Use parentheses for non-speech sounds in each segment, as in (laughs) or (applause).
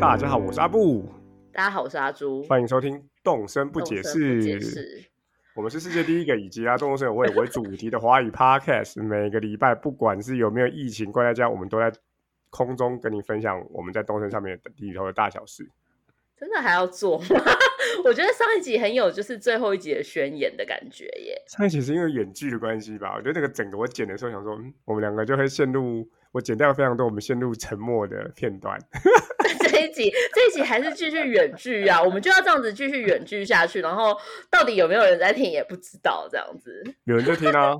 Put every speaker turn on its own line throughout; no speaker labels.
大家好，我是阿布，
大家好，我是阿朱，
欢迎收听《动声不
动
解
声
释》
不解释，
我们是世界第一个以及啊动物声友会为主题的华语 podcast，每个礼拜不管是有没有疫情关在家，我们都在空中跟你分享我们在动身上面的里头的大小事。
真的还要做吗？ (laughs) 我觉得上一集很有就是最后一集的宣言的感觉耶。 (laughs)
上一期是因为远距的关系吧，我觉得那个整个我剪的时候想说，嗯，我们两个就会陷入我剪掉了非常多我们陷入沉默的片段。
这一集，这一集还是继续远距啊，我们就要这样子继续远距下去，然后到底有没有人在听也不知道，这样子。
有人在听
(laughs)
啊。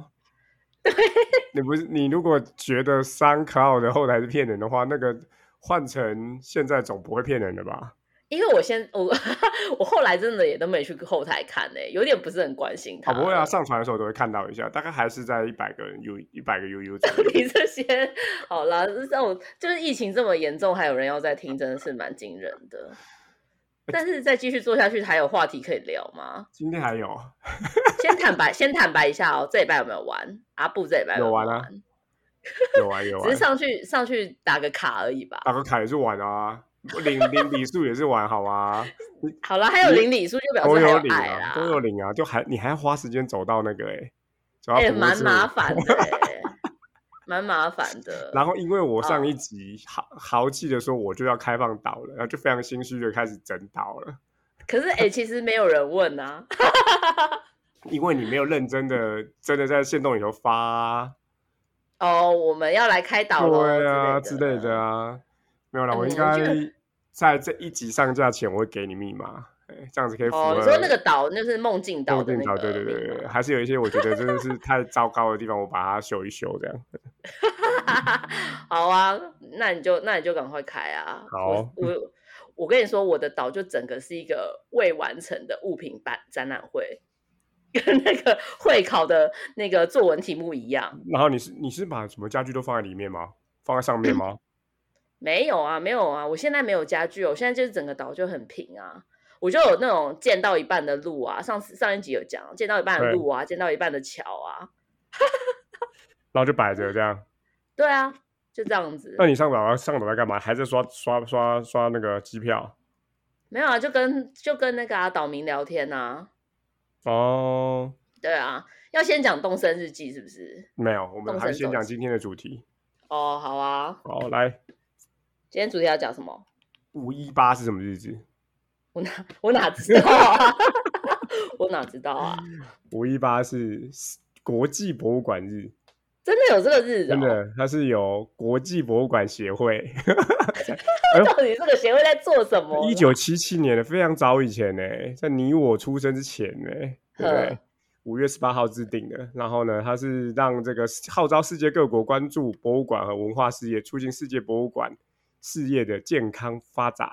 你不是你如果觉得三 cloud 的后台是骗人的话，那个换成现在总不会骗人的吧？
因为我先我 (laughs) 我后来真的也都没去后台看呢、有点不是很关心他
啊，
了。
不会啊，上传的时候都会看到一下，大概还是在一百个 U 一百个 UU
(laughs)
左右。
你这些好啦，这种就是疫情这么严重，还有人要再听，真的是蛮惊人的。但是再继续做下去，还有话题可以聊吗？
今天还有
先坦白，先坦白一下哦，这礼拜有没有玩？阿布这礼拜
有
没
玩
玩
啊，有玩有
只
玩啊
是，上去上去打个卡而已吧。
打个卡也是玩啊，领领礼数也是玩好吗？
(laughs) 好了，还有零礼数就表
都
示还
有领
爱
啊，
啦，
都有领啊，就还你还要花时间走到那个哎、欸，走到
哎、
服务
蛮
处
麻
(laughs)
烦的、欸，蛮麻烦的。
然后因为我上一
嗯
集豪豪气的说我就要开放岛了，然后就非常心虚的开始整岛了，
可是哎、欸其实没有人问啊。
因为你没有认真的
(laughs)
真的在线动里头发啊、
哦，我们要来开导喽，
对啊
之
之
类
类的啊，没有啦，
嗯
我
我
应
觉
该
得
在这一集上架前我会给你密码，哎，这样子可以符合。
哦，你说那个岛就是梦境岛
固
的
定
那
岛，对
个
对
名
对
吗
对，还是有一些我觉得真的是太糟糕的地方，我把它修一修这样。
(laughs) 好啊，那你就那你就赶快开啊！
好
我我我跟你说，我的岛就整个是一个未完成的物品版展览会，跟那个会考的那个作文题目一样。
然后你是你是把什么家具都放在里面吗？放在上面吗？
没有啊，没有啊，我现在没有家具哦，我现在就是整个岛就很平啊。我就有那种建到一半的路啊，上次上一集有讲建到一半的
对
路啊，建到一半的桥啊，
然后就摆着这样。
对啊，就这样子。
那你上岛上岛在干嘛？还在刷刷刷刷那个机票？
没有啊，就跟就跟那个啊岛民聊天啊，
哦，
对啊，要先讲动身日记是不是？
没有，我们
动
还
身
是先
动
讲
身
今天的主题。
哦，好啊，
好，来，
今天主题要讲什么？
五一八是什么日子？
我哪我哪知道啊？ (laughs) 我哪知道啊？
五一八是国际博物馆日，
真的有这个日子、哦？
真的，它是由国际博物馆协会
(laughs) 到底这个协会在做什么？
一九七七年的，非常早以前呢、在你我出生之前呢、对不对
嗯？
五月十八号制定的，然后呢，它是让这个号召世界各国关注博物馆和文化事业，促进世界博物馆事业的健康发展。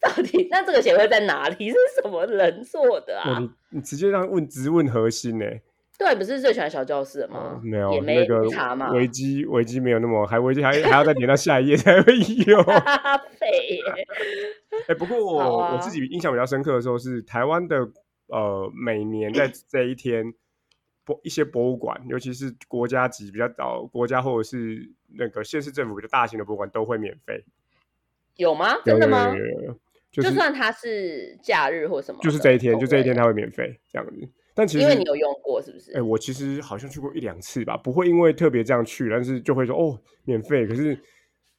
到底那这个协会在哪里？ (laughs) 是什么人做的
哦，
啊？
你你直接让问直问核心呢、
对，啊不是最喜欢小教室的吗？
哦没有
嗯也
那
没
个
查嘛。
维基维基没有那么还维基还还要再点到下一页才会有。
哈废耶！
哎、不过我、
好啊
我自己印象比较深刻的时候是台湾的，呃，每年
(clears throat)
在这一天，博一些博物馆，尤其是国家级比较早、国家或者是那个县市政府比较大型的博物馆都会免费。
有吗？
有
真的
有
吗？
有有有就是
就算它是假日或什么的，
就是这一天，
都
就这一天
会，
它会免费这样子。但其实
因为你有用过，是不是？
哎、我其实好像去过一两次吧，不会因为特别这样去，但是就会说哦，免费。可是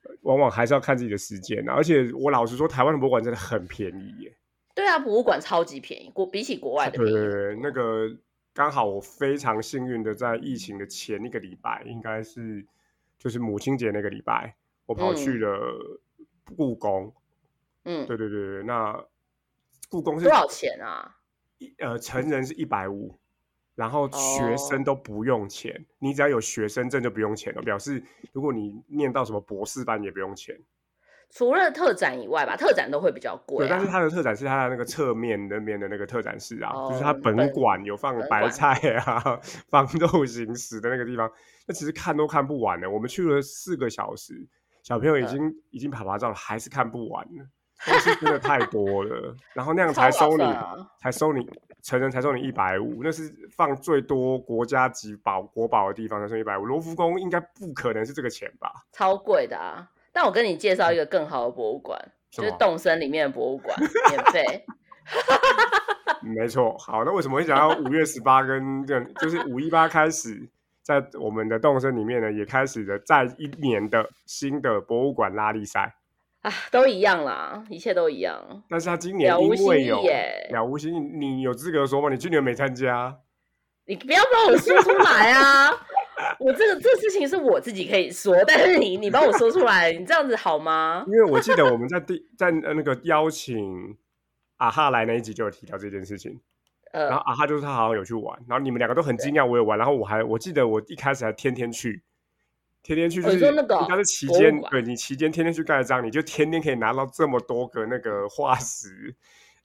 呃往往还是要看自己的时间、啊，而且我老实说，台湾的博物馆真的很便宜耶。
对啊，博物馆超级便宜，国比起国外
啊
的
对
便宜。
对对，那个刚好我非常幸运的，在疫情的前一个礼拜，应该是就是母亲节那个礼拜，我跑去
嗯
了故宫。
嗯，
对对对对，那故宫是
多少钱啊？
一呃成人是一百五，然后学生
哦
都不用钱，你只要有学生证就不用钱了。表示如果你念到什么博士班也不用钱。
除了特展以外吧，特展都会比较
对，
贵、啊。
但是它的特展是它的那个侧面那边的那个特展示啊，就是它
哦
本
本
馆有放
本
白
馆
菜啊、 (laughs) 放肉形石的那个地方，那其实看都看不完的。我们去了四个小时，小朋友已
嗯
经、已经爬爬照了，还是看不完呢。但是真的太多了，然后那样才
超
收
划
你，
算啊
才收你成人才收你一百五，那是放最多国家级宝国宝的地方才收一百五。罗浮宫应该不可能是这个钱吧？
超贵的啊。但我跟你介绍一个更好的博物馆，
嗯什
就是
么
动森里面的博物馆，免费。 (laughs)
没错，好，那为什么会讲到五月十八跟这就是五一八开始，在我们的动森里面呢，也开始了在一年的新的博物馆拉力赛，
啊，都一样啦，一切都一样。
但是他今年
了无
因为
新意
有
耶
了无新意，你有资格说吗？你去年没参加，
你不要帮我说出来啊！我这个这事情是我自己可以说，但是你你帮我说出来，你这样子好吗
因？为我记得我们在第在呃那个邀请啊哈来那一集就有提到这件事情，
呃
然后，啊哈就是他好像有去玩，然后你们两个都很惊讶我有玩，然后我还我记得我一开始还天天去，天天去就
哦
是
你说那个
他是期
博物
间
馆
对你期间天天去盖章，你就天天可以拿到这么多个那个化石、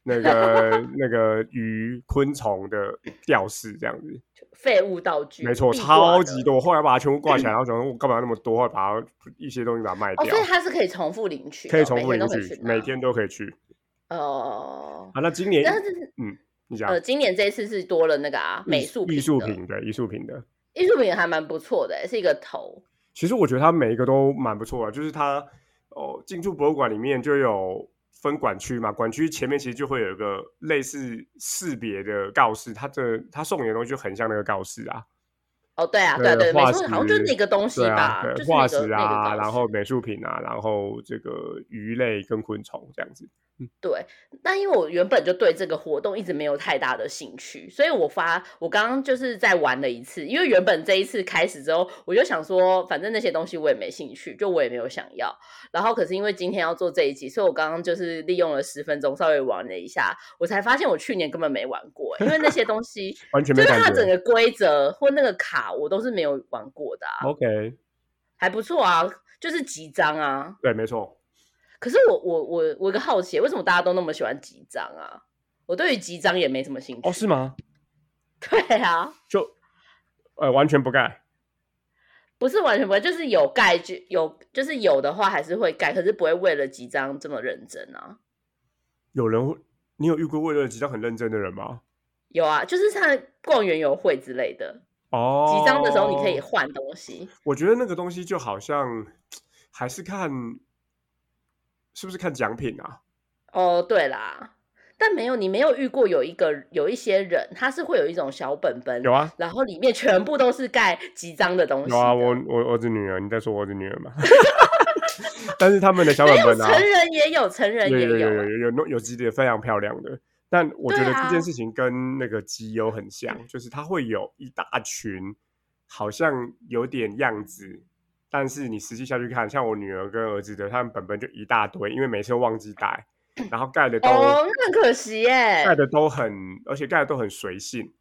那
(laughs)
个那个鱼、昆虫的吊饰这样子，
废物道具，
没错，
壁挂
超
的
级。多。我后来把它全部挂
(clears throat)
起来，然后想说我干嘛那么多，后来把它一些东西把它卖
哦，
掉
所以，它是可以重复领取的，哦
可以重复
每
领
天都可以
取
去，拿
每。天都可以去
哦，
啊。那今年
但是
嗯，你讲
呃，今年这一次是多了那个啊，美
艺
术
艺术
的，
品对艺术品的。
艺术品还蛮不错的，欸是一个头。
其实我觉得它每一个都蛮不错的，就是它哦，进驻博物馆里面就有分馆区嘛，馆区前面其实就会有一个类似识别的告示，它的它送你的东西就很像那个告示啊，
哦，对啊，对啊，对，美
化
术
石
好像就是那个东西
对啊，
吧，
对
就是
化
那
石
个那个
啊，
高
然
斯
后美术品啊，然后这个鱼类跟昆虫这样子，
对，但因为我原本就对这个活动一直没有太大的兴趣，所以我发我刚刚就是在玩了一次，因为原本这一次开始之后，我就想说，反正那些东西我也没兴趣，就我也没有想要。然后可是因为今天要做这一集，所以我刚刚就是利用了十分钟稍微玩了一下，我才发现我去年根本没玩过、欸因为那些东
(laughs)
西
完全
就
没
是
感
它整
觉。
个规则或那个卡我都是没有玩过的、啊，
OK，
还不错啊，就是集章啊。
对，没错，
可是我我我我有个好奇，为什么大家都那么喜欢集章啊？我对于集章也没什么兴趣。
哦，是？吗？
(laughs) 对啊，
就呃，完全不盖，
不是完全不会，就是有盖就有，就是有的话还是会盖，可是不会为了集章这么认真啊。
有人会，你有遇过为了几张很认真的人吗？
有啊，就是像逛园游会之类的，
哦，
集章的时候你可以换东西。
我觉得那个东西就好像还是看是不是看奖品啊？
哦，对啦，但没有你没有遇过有一个有一些人，他是会有一种小本本，
有啊，
然后里面全部都是盖集章的东西
有啊，
的
我我儿子女儿，你在说我儿子女儿吗？ (laughs) 但是他们的小
没
本
有
本啊，
成人也 (laughs) 有，成人
有
也
有有
啊
有有有有几点非常漂亮的。但我觉
对
得
啊
这件事情跟那个集邮很像，就是它会有一大群，好像有点样子，但是你实际下去看，像我女儿跟儿子的，他们本本就一大堆，因为每次都忘记带，然后盖的都
哦，那很可惜耶。
盖的都很，而且盖的都很随性。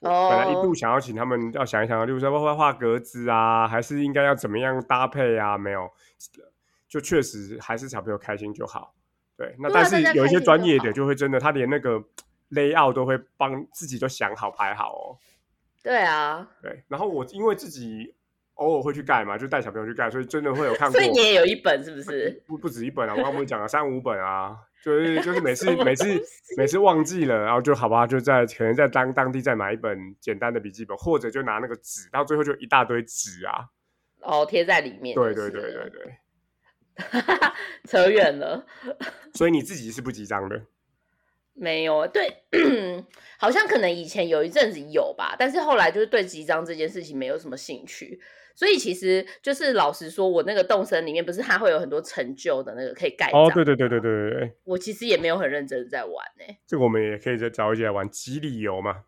哦，
本来一度想要请他们要想一想，例如说要不要画格子啊，还是应该要怎么样搭配啊？没有，就确实还是小朋友开心就好。对，那
对啊
但是
大家
有一些
开心就
专业的
好
就会真的，他连那个 layout 都会帮自己都想好排好哦。
对啊，
对，然后我因为自己偶尔会去盖嘛，就带小朋友去盖，所以真的会有看过
所以你也有一本是不是？
不不止一本啊，我刚不是讲了三五本啊，就是就是每次
(laughs) 什么
每次
东西
每次忘记了，然后就好吧，就在可能在当当地再买一本简单的笔记本，或者就拿那个纸，到最后就一大堆纸啊，
哦，贴在里面。
对对对对，对，
扯远了，
所以你自己是不记账的，
没有啊对， (clears throat) 好像可能以前有一阵子有吧，但是后来就是对集章这件事情没有什么兴趣。所以其实就是老实说，我那个动森里面不是它会有很多成就的那个可以盖章，
哦，对对对对对对对，
我其实也没有很认真地在玩呢、
这个我们也可以再找一起来玩吉里游嘛，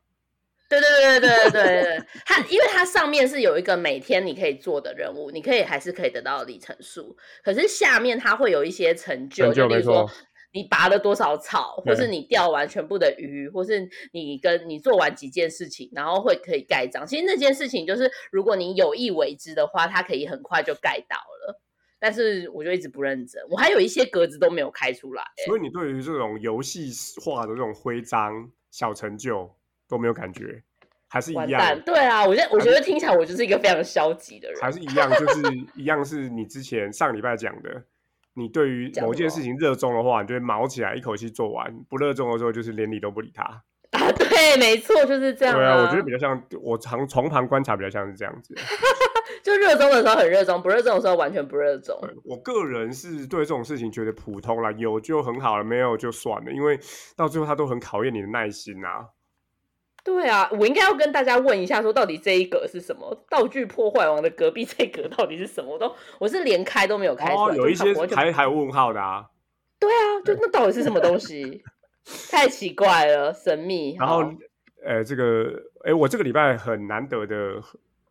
对对对对对对对，它因为它上面是有一个每天你可以做的任务，你可以还是可以得到里程数，可是下面它会有一些成就，
成就
就例
没
如说
错
你拔了多少草，或
对
是你钓完全部的鱼，或是你跟你做完几件事情，然后会可以盖章。其实那件事情就是如果你有意为之的话，它可以很快就盖到了。但是我就一直不认真，我还有一些格子都没有开出来、欸。
所以你对于这种游戏化的这种徽章小成就都没有感觉，还是一
完
样
蛋，。对啊，我觉得我觉得听起来我就是一个非常消极的人。
还是一样，就是 (laughs) 一样是你之前上礼拜讲的，你对于
讲
某
什
件
么
事情热衷的话，你就会毛起来一口气做完；不热衷的时候，就是连理都不理他。
啊， (laughs) 对，没错，就是这
啊
样、啊
对啊，我觉得比较像我常从旁观察，比较像是这样子。 (laughs)
就热衷的时候很热衷，不热衷的时候完全不热衷。
我个人是对这种事情觉得普通啦，有就很好了，没有就算了，因为到最后它都很考验你的耐心啊。
对啊，我应该要跟大家问一下，说到底这一格是什么？道具破坏王的隔壁这一格到底是什么？我都我是连开都没有开出来，
哦，有一些
就看完全
还还有问号的啊。
对啊，就那到底是什么东西？太奇怪了，神秘。
然后
好，
呃，这个，哎，我这个礼拜很难得的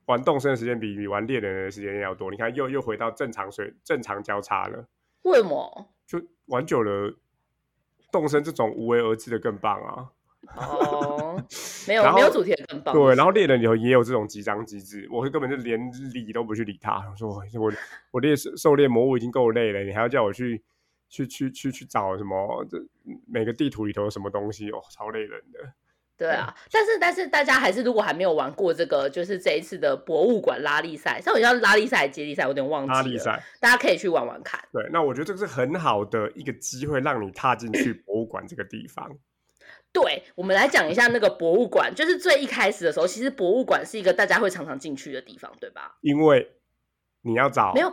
玩动身的时间比比玩猎人的时间要多。你看，又又回到正常水正常交叉了，
为什么？
就玩久了，动身这种无为而治的更棒啊。
哦，没
(laughs)
有
然后
没有主题的更棒。
对，然后猎人里头也有这种集章机制，我根本就连理都不去理他。我说我我我猎狩猎魔物已经够累了，你还要叫我去去去去去找什么？这每个地图里头有什么东西哦，超累人的。
对啊，但是但是大家还是如果还没有玩过这个，就是这一次的博物馆拉力赛，像我叫拉力赛还是接力赛，我有点忘记了。
阿里赛，
大家可以去玩玩看。
对，那我觉得这个是很好的一个机会，让你踏进去博物馆这个地方。
对，我们来讲一下那个博物馆，就是最一开始的时候，其实博物馆是一个大家会常常进去的地方，对吧？
因为你要找
没有，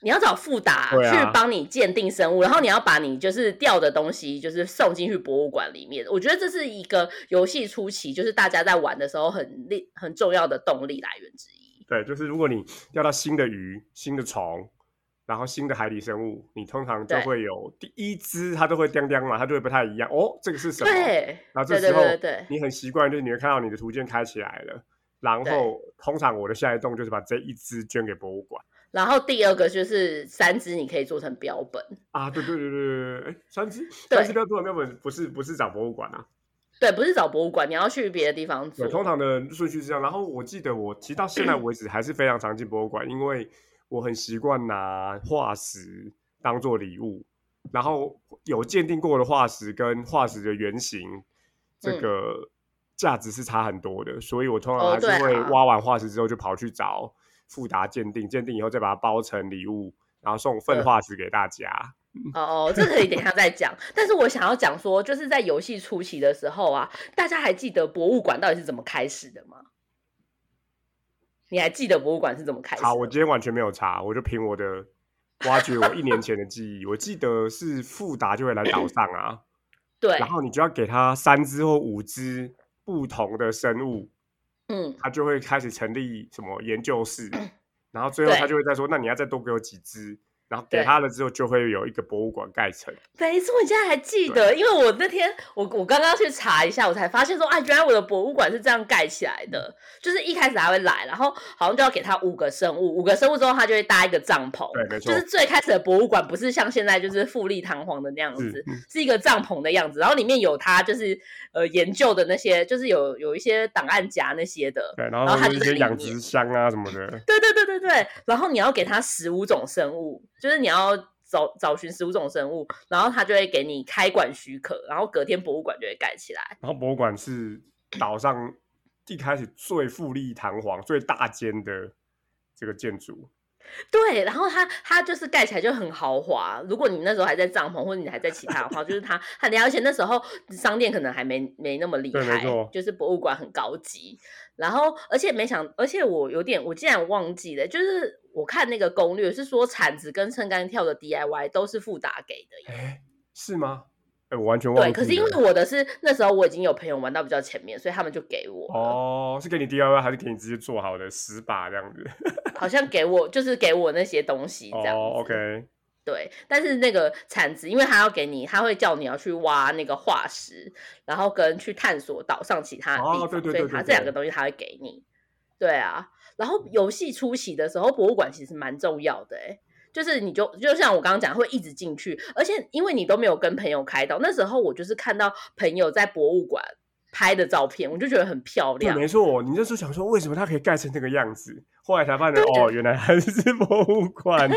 你要找富达、
对啊
去帮你鉴定生物，然后你要把你就是掉的东西，就是送进去博物馆里面。我觉得这是一个游戏初期，就是大家在玩的时候很力很重要的动力来源之一。
对，就是如果你钓到新的鱼、新的虫，然后新的海底生物，你通常就
对
会有第一只它都会叮叮嘛，它就会不太一样。哦，这个是什么？
对，
然后这
对对
时候
对对对
你很习惯，就是你会看到你的图鉴开起来了。然
对
后，通常我的下一动就是把这一只捐给博物馆
然后第二个就是三只，你可以做成标本。
啊！对对对对对对，哎，三只，三只
对
标本标本不是不是找博物馆啊，
对，不是找博物馆，你要去别的地方做
对，。通常的顺序是这样。然后我记得我其实到现在为止还是非常常进博物馆，因为我很习惯拿化石当做礼物，然后有鉴定过的化石跟化石的原型，这
嗯
个价值是差很多的，所以我通常
哦
还是
对
会
啊
挖完化石之后就跑去找富达鉴定，鉴定以后再把它包成礼物，然后送份
嗯
化石给大家。
哦，这可以等一下再讲。但是我想要讲说，就是在游戏初期的时候啊，大家还记得博物馆到底是怎么开始的吗？你还记得博物馆是怎么开始的
好，
吗？
我今天完全没有查，我就凭我的挖掘我一年前的记忆，我记得是富达就会来岛上啊，
(clears throat) 对
然，后你就要给它三只或五只不同的生物，
嗯，
它就会开始成立什么研究
(clears throat)
室，然后最后
对
它就会再说，那你要再多给我几只，然后给
对
它了之后就会有一个博物馆盖成。
没错，你现在还记得？因为我那天我我刚刚去查一下，我才发现说啊，原来我的博物馆是这样盖起来的，就是一开始他会来，然后好像就要给他五个生物，五个生物之后他就会搭一个帐篷。
对，没错
就，是最开始的博物馆不是像现在就是富丽堂皇的那样
是嗯
子，是一个帐篷的样子，然后里面有他就是呃研究的那些，就是有有一些档案夹那些的，
对，然
然
后
后它
有一
就在
些
里
养
面
殖箱啊什么
(laughs)
的。
对对对对对，然后你要给他十五种生物，就是你要找找寻十五种生物，然后他就会给你开馆许可，然后隔天博物馆就会盖起来。
然后博物馆是岛上一开始最富丽堂皇、最大间的这个建筑。
对，然后它它就是盖起来就很豪华。如果你那时候还在帐篷，或者你还在其他的话，就是它它而且那时候商店可能还没没那么厉
对没
害
错，
就是博物馆很高级。然后而且没想，而且我有点我竟然忘记了，就是我看那个攻略是说铲子跟撑杆跳的 DIY 都是富达给的耶。
哎，是吗？哎，我完全忘记
对，
了。
可是因为我的是那时候我已经有朋友玩到比较前面，所以他们就给我了，
哦，是给你 DIY 还是给你直接做好的十把这样子？
好像给我就是给我那些东西这样子。
哦，OK，
对，但是那个铲子，因为他要给你，他会叫你要去挖那个化石，然后跟去探索岛上其他的地方，
哦对对对
所以他
对
这两
对
个东西他会给你。对啊，然后游戏初期的时候，博物馆其实蛮重要的、欸，就是你就就像我刚刚讲，会一直进去，而且因为你都没有跟朋友开导，那时候我就是看到朋友在博物馆拍的照片，我就觉得很漂
对，
亮，
没错。你那时候想说为什么它可以盖成那个样子，后来才发现
对
哦，原来还是博物
(laughs)
馆。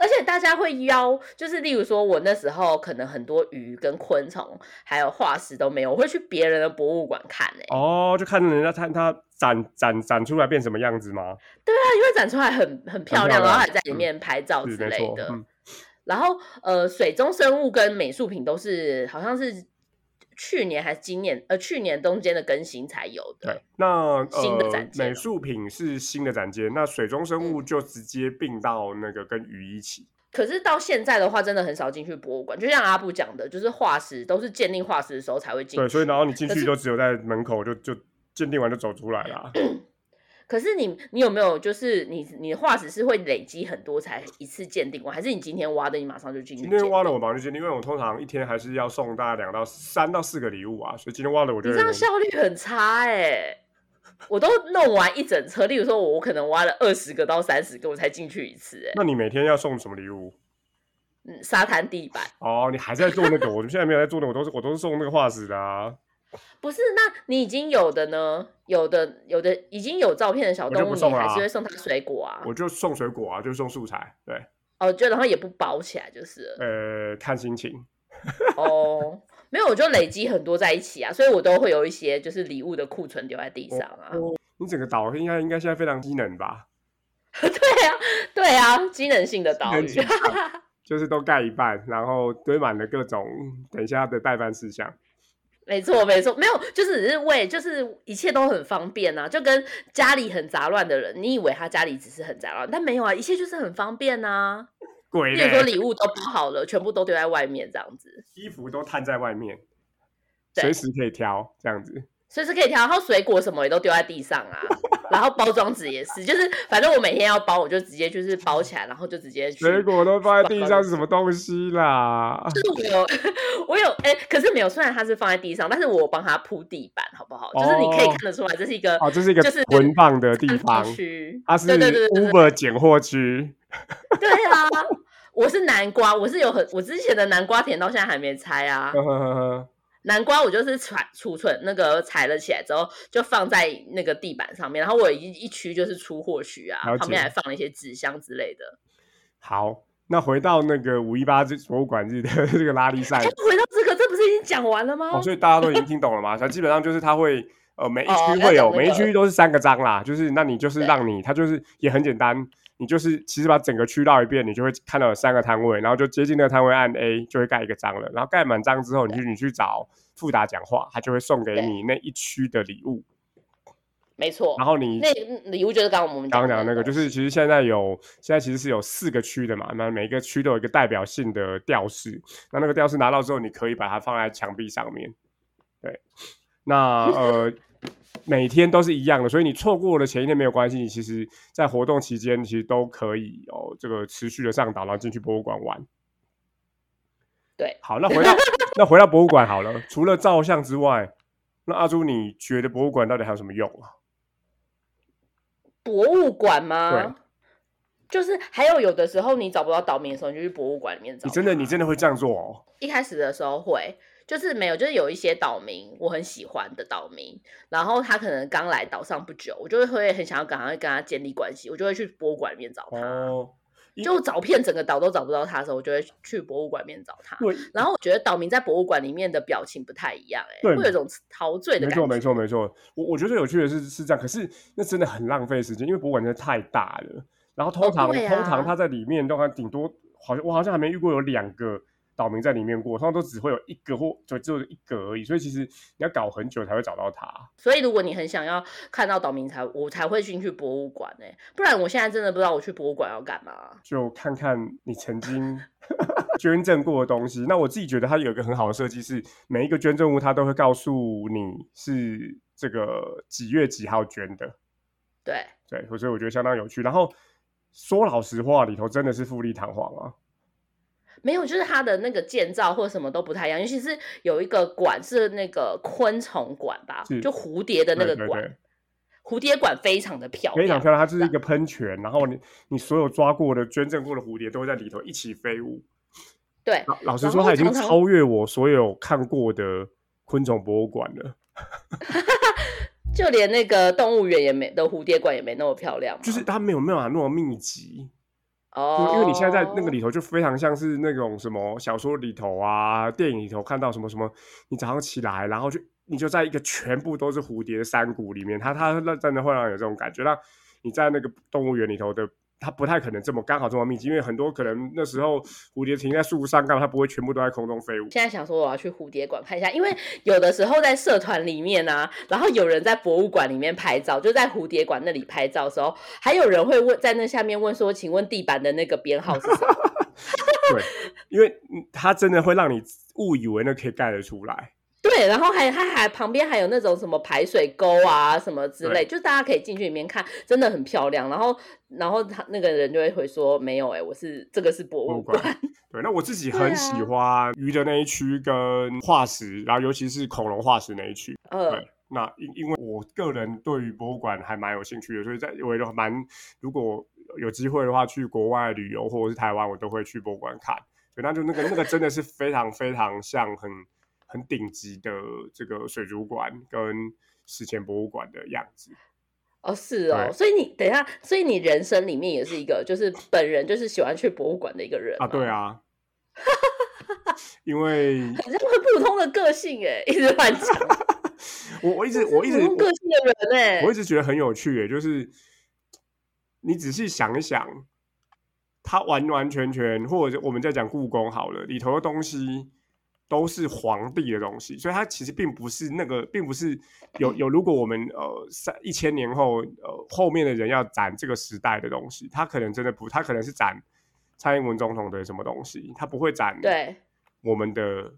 而且大家会邀，就是例如说，我那时候可能很多鱼跟昆虫，还有化石都没有，我会去别人的博物馆看欸诶、
哦，就看人家它它展展展出来变什么样子吗？
对啊，因为展出来很很
漂
漂亮，然后
亮
还在里
嗯
面拍照
是
哦之
没
类
错
的。，
嗯，
然后呃，水中生物跟美术品都是好像是去年还是今年呃去年中间的更新才有的。
那
新的
呃
展，件哦嗯
美
了
术品是新的展间，那水中生物就直接并到那个跟鱼一起。
可是到现在的话，真的很少进去博物馆。就像阿布讲的，就是化石都是鉴定化石的时候才会进去。
对，所以然后你进
可
去
是
就只有在门口就就鉴定完就走出来啦。
可是你你有没有就是你你的化石是会累积很多才一次鉴定完，还是你今天挖的你马上就进去？
今天挖了我马上就鉴定，因为我通常一天还是要送大概两到三到四个礼物啊，所以今天挖了我就
你这样效率很差哎、我都弄完一整车，例如说我我可能挖了二十个到三十个，我才进去一次哎、
那你每天要送什么礼物？
嗯，沙滩地板
哦，你还在做那个？我们现在没有在做那个，我都是我都是送那个化石的啊。
不是？那你已经有的呢？有的有的已经有照片的小
我就
动物，
不送
你
了
还
啊
是会送它水果啊？
我就送水果啊，就送素材，对，
哦，就然后也不包起来就是了
呃，看心情。
哦。没有，我就累积很多在一起啊，所以我都会有一些就是礼物的库存留在地上啊。
你整个岛应该应该现在非常机能吧？
对啊，对啊，机能性的岛
机能性
屿。
就是都盖一半，然后堆满了各种等一下的代办事项。
没错，没错，没有，就是只是为，就是一切都很方便啊，就跟家里很杂乱的人，你以为他家里只是很杂乱，但没有啊，一切就是很方便啊。
鬼
比
嘞
如说礼物都包好了，全部都丢在外面这样子，
衣服都摊在外面，
对
随时可以挑这样子。
随时可以挑，然后水果什么也都丢在地上啊，然后包装纸也是，就是反正我每天要包，我就直接就是包起来，然后就直接去。
水果都放在地上是什么东西啦？
就是我有， (laughs) 我有，哎、可是没有，虽然它是放在地上，但是我帮它铺地板，好不好？就是你可以
哦
看得出来，这是一个
哦，这是一个
就是
存放的地
摊
方，
区，
它是
对对对对对
Uber 拣货区。 (laughs)
对啊，我是南瓜，我是有很我之前的南瓜田到现在还没拆啊。
呵呵呵呵
南瓜我就是采储存那个采了起来之后，就放在那个地板上面，然后我有一一区就是出货区啊
了，解
旁边还放了一些纸箱之类的。
好，那回到那个五一八这博物馆日的 (laughs) 这个拉力赛
(laughs) 哎，，回到这个，这不是已经讲完了吗？
哦，所以大家都已经听懂 (laughs) 了嘛？它基本上就是它会呃每一
哦
区
要
会有、
懂那
每一
个
区都是三个章啦，就是那你就是
对
让你它就是也很简单，你就是其实把整个区绕一遍，你就会看到有三个摊位，然后就接近那个摊位按 A 就会盖一个章了，然后盖满章之后，你去你去找富达讲话，他就会送给
对
你那一区的礼物，
没错。
然后你
那嗯礼物就是刚刚我们
刚刚
讲
讲的那个，就是其实现在有现在其实是有四个区的嘛，那每个区都有一个代表性的吊饰，那那个吊饰拿到之后，你可以把它放在墙壁上面。对，那呃每天都是一样的，所以你错过了前一天没有关系，你其实在活动期间其实都可以哦，这个持续的上岛，然后进去博物馆玩。
对，
好，那回到那回到博物馆好了，除了照相之外，那阿朱你觉得博物馆到底还有什么用啊？
博物馆
对
吗？就是还有有的时候你找不到岛民的时候，你就去博物馆里面找啊它。
你真的你真的会这样做哦？
一开始的时候会，就是没有，就是有一些岛民我很喜欢的岛民，然后他可能刚来岛上不久，我就会很想要赶快跟他建立关系，我就会去博物馆里面找他。
哦，因
就找遍整个岛都找不到他的时候，我就会去博物馆里面找他。
对，
然后我觉得岛民在博物馆里面的表情不太一样、欸，
对
哎，会有一种陶醉的
没
感
错，
觉。
没错，没错。我我觉得有趣的是是这样，可是那真的很浪费时间，因为博物馆真的太大了。然后通
哦
常、
对
通常
啊
它在里面都还顶多好像我好像还没遇过有两个岛民在里面过，通常都只会有一个或就只有一个而已。所以其实你要搞很久才会找到它。
所以如果你很想要看到岛民才，我才会进去博物馆、欸，不然我现在真的不知道我去博物馆要干嘛。
就看看你曾
(laughs)
经捐赠过的东西。那我自己觉得它有一个很好的设计是，每一个捐赠物它都会告诉你是这个几月几号捐的。
对，
对，所以我觉得相当有趣。然后说老实话，里头真的是富丽堂皇啊。
没有，就是它的那个建造或什么都不太一样，尤其是有一个馆是那个昆虫馆吧
是，
就蝴蝶的那
对
个
对
馆，
对
蝴蝶馆非常的漂亮，
非常漂亮，它就是一个喷泉，然后你你所有抓过的、捐赠过的蝴蝶都会在里头一起飞舞。
对，
老老实
然
说，
后
它已经
常常
超越我所有看过的昆虫博物馆了。
就连那个动物园也没的蝴蝶馆也没那么漂亮嘛，
就是它没有没有办法那么密集，
哦
就，因为你现在在那个里头就非常像是那种什么小说里头啊、电影里头看到什么什么，你早上起来，然后就你就在一个全部都是蝴蝶的山谷里面，它它那真的会让你有这种感觉。那你在那个动物园里头的它不太可能这么刚好这么密集，因为很多可能那时候蝴蝶停在树上，干嘛它不会全部都在空中飞舞。
现在想说我要去蝴蝶馆看一下，因为有的时候在社团里面啊，然后有人在博物馆里面拍照，就在蝴蝶馆那里拍照的时候，还有人会问在那下面问说，请问地板的那个编号是什么？
对，因为嗯它真的会让你误以为那可以盖得出来。
对，然后还它还旁边还有那种什么排水沟啊什么之类，就大家可以进去里面看，真的很漂亮。然后，然后他那个人就会回说没有哎、我是这个是博
博
物
物馆
馆，
(laughs) 对，那我自己
对
很
啊
喜欢鱼的那一区跟化石，然后尤其是恐龙化石那一区。
呃
对，那因因为我个人对于博物馆还蛮有兴趣的，所以在我也都蛮，如果有机会的话，去国外旅游或者是台湾，我都会去博物馆看。对，那就那个那个真的是非常非常像很很顶级的这个水族馆跟史前博物馆的样子。
哦是哦，
对
所以你等一下，所以你人生里面也是一个就是本人就是喜欢去博物馆的一个人
啊，对
吗，
啊， (laughs) 因为
你这很普通的个性哎、一直乱讲，
我我一直 (laughs) 我一
(laughs)
直
普通个性的人哎、
我一直觉得很有趣耶，就是你仔细想一想，它完完全全，或者我们在讲故宫好了，里头的东西都是皇帝的东西，所以它其实并不是那个，并不是有有。如果我们呃三一千年后，呃后面的人要展这个时代的东西，他可能真的不，他可能是展蔡英文总统的什么东西，他不会展
对。
我们的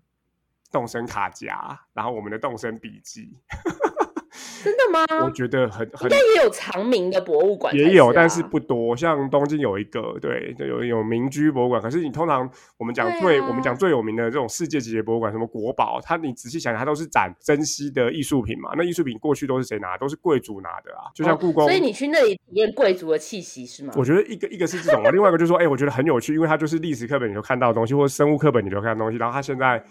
动身卡夹，然后我们的动身笔记，
真的吗？
我觉得很很
嗯应该也有长明的博物馆才啊、
也有，但是不多。像东京有一个，对，有有民居博物馆。可是你通常我们讲
对
最、
啊
我们讲最有名的这种世界级的博物馆，什么国宝，它你仔细想想，它都是展珍稀的艺术品嘛。那艺术品过去都是谁拿？都是贵族拿的啊。就像
哦
故宫，
所以你去那里体验贵族的气息是吗？
我觉得一个一个是这种啊，另外一个就是说，哎、我觉得很有趣，因为它就是历史课本你就看到的东西，或者生物课本你就看到的东西，然后它现在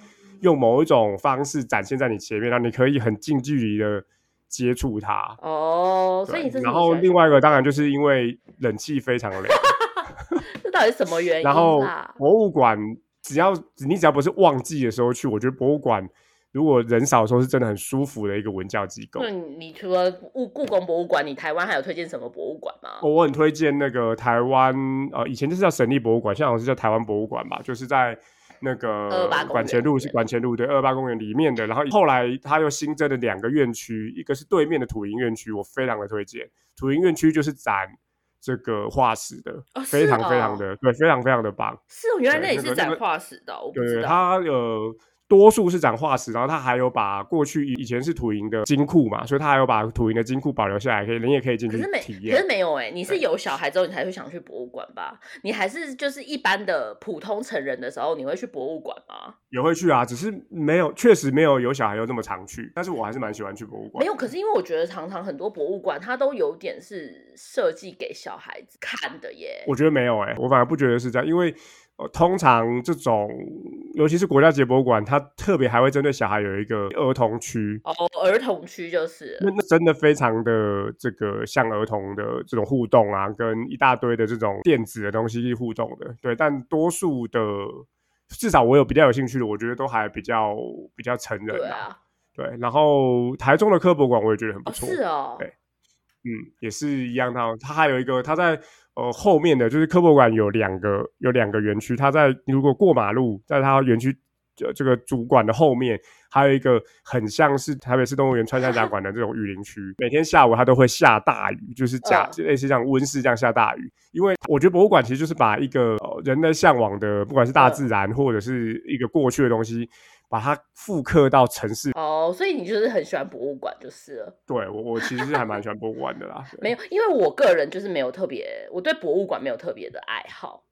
用某一种方式展现在你前面，让你可以很近距离的接触它。
哦，所
对
以你这是
然
你
后
喜欢
另外一个当然就是因为冷气非常凉。
这到底是什么原因
然后
啊？
博物馆只要你只要不是旺季的时候去，我觉得博物馆如果人少的时候是真的很舒服的一个文教机构。
那你你除了故故宫博物馆，你台湾还有推荐什么博物馆吗？
我很推荐那个台湾呃，以前就是叫省立博物馆，现在好像是叫台湾博物馆吧，就是在那个
228公园
管前路是
对
管前路对二八公园里面的。然后后来它又新增了两个院区，一个是对面的土银院区，我非常的推荐。土银院区就是展这个化石的，
哦
非
是
常非
哦
常的对，非常非常的棒。
是哦，原来
对
那里
那
是
个那
展
个
化石的哦，我不知
对，
道。
它呃，多数是展化石，然后它还有把过去以以前是土银的金库嘛，所以它还有把土银的金库保留下来，可以你也可以进
可
去
是没，
体
可是
验。
没有哎、你是
对
有小孩之后你才会想去博物馆吧？你还是就是一般的普通成人的时候，你会去博物馆吗？
也会去啊，只是没有，确实没有有小孩又那么常去，但是我还是蛮喜欢去博物馆。
没有，可是因为我觉得常常很多博物馆它都有点是设计给小孩子看的耶。
我觉得没有哎、我反而不觉得是这样，因为呃，通常这种尤其是国家级博物馆，它特别还会针对小孩有一个儿童区。
哦，儿童区就是了
那那真的非常的这个像儿童的这种互动啊，跟一大堆的这种电子的东西互动的，对。但多数的，至少我有比较有兴趣的，我觉得都还比较比较成人
对
啊。
啊，
对，然后台中的科博馆我也觉得很不
哦
错，
是哦，
对嗯，也是一样它它还有一个，它在呃后面的就是科博馆有两个有两个园区，它在如果过马路，在它园区呃这个主管的后面，还有一个很像是台北市动物园川下甲馆的这种雨林区，每天下午它都会下大雨，就是假、类似像温室这样下大雨。因为我觉得博物馆其实就是把一个、呃、人的向往的，不管是大
嗯
自然或者是一个过去的东西，把它复刻到城市。
哦，所以你就是很喜欢博物馆就是了。
对我我其实是还蛮喜欢博物馆的啦。对
没有，因为我个人就是没有特别，我对博物馆没有特别的爱好。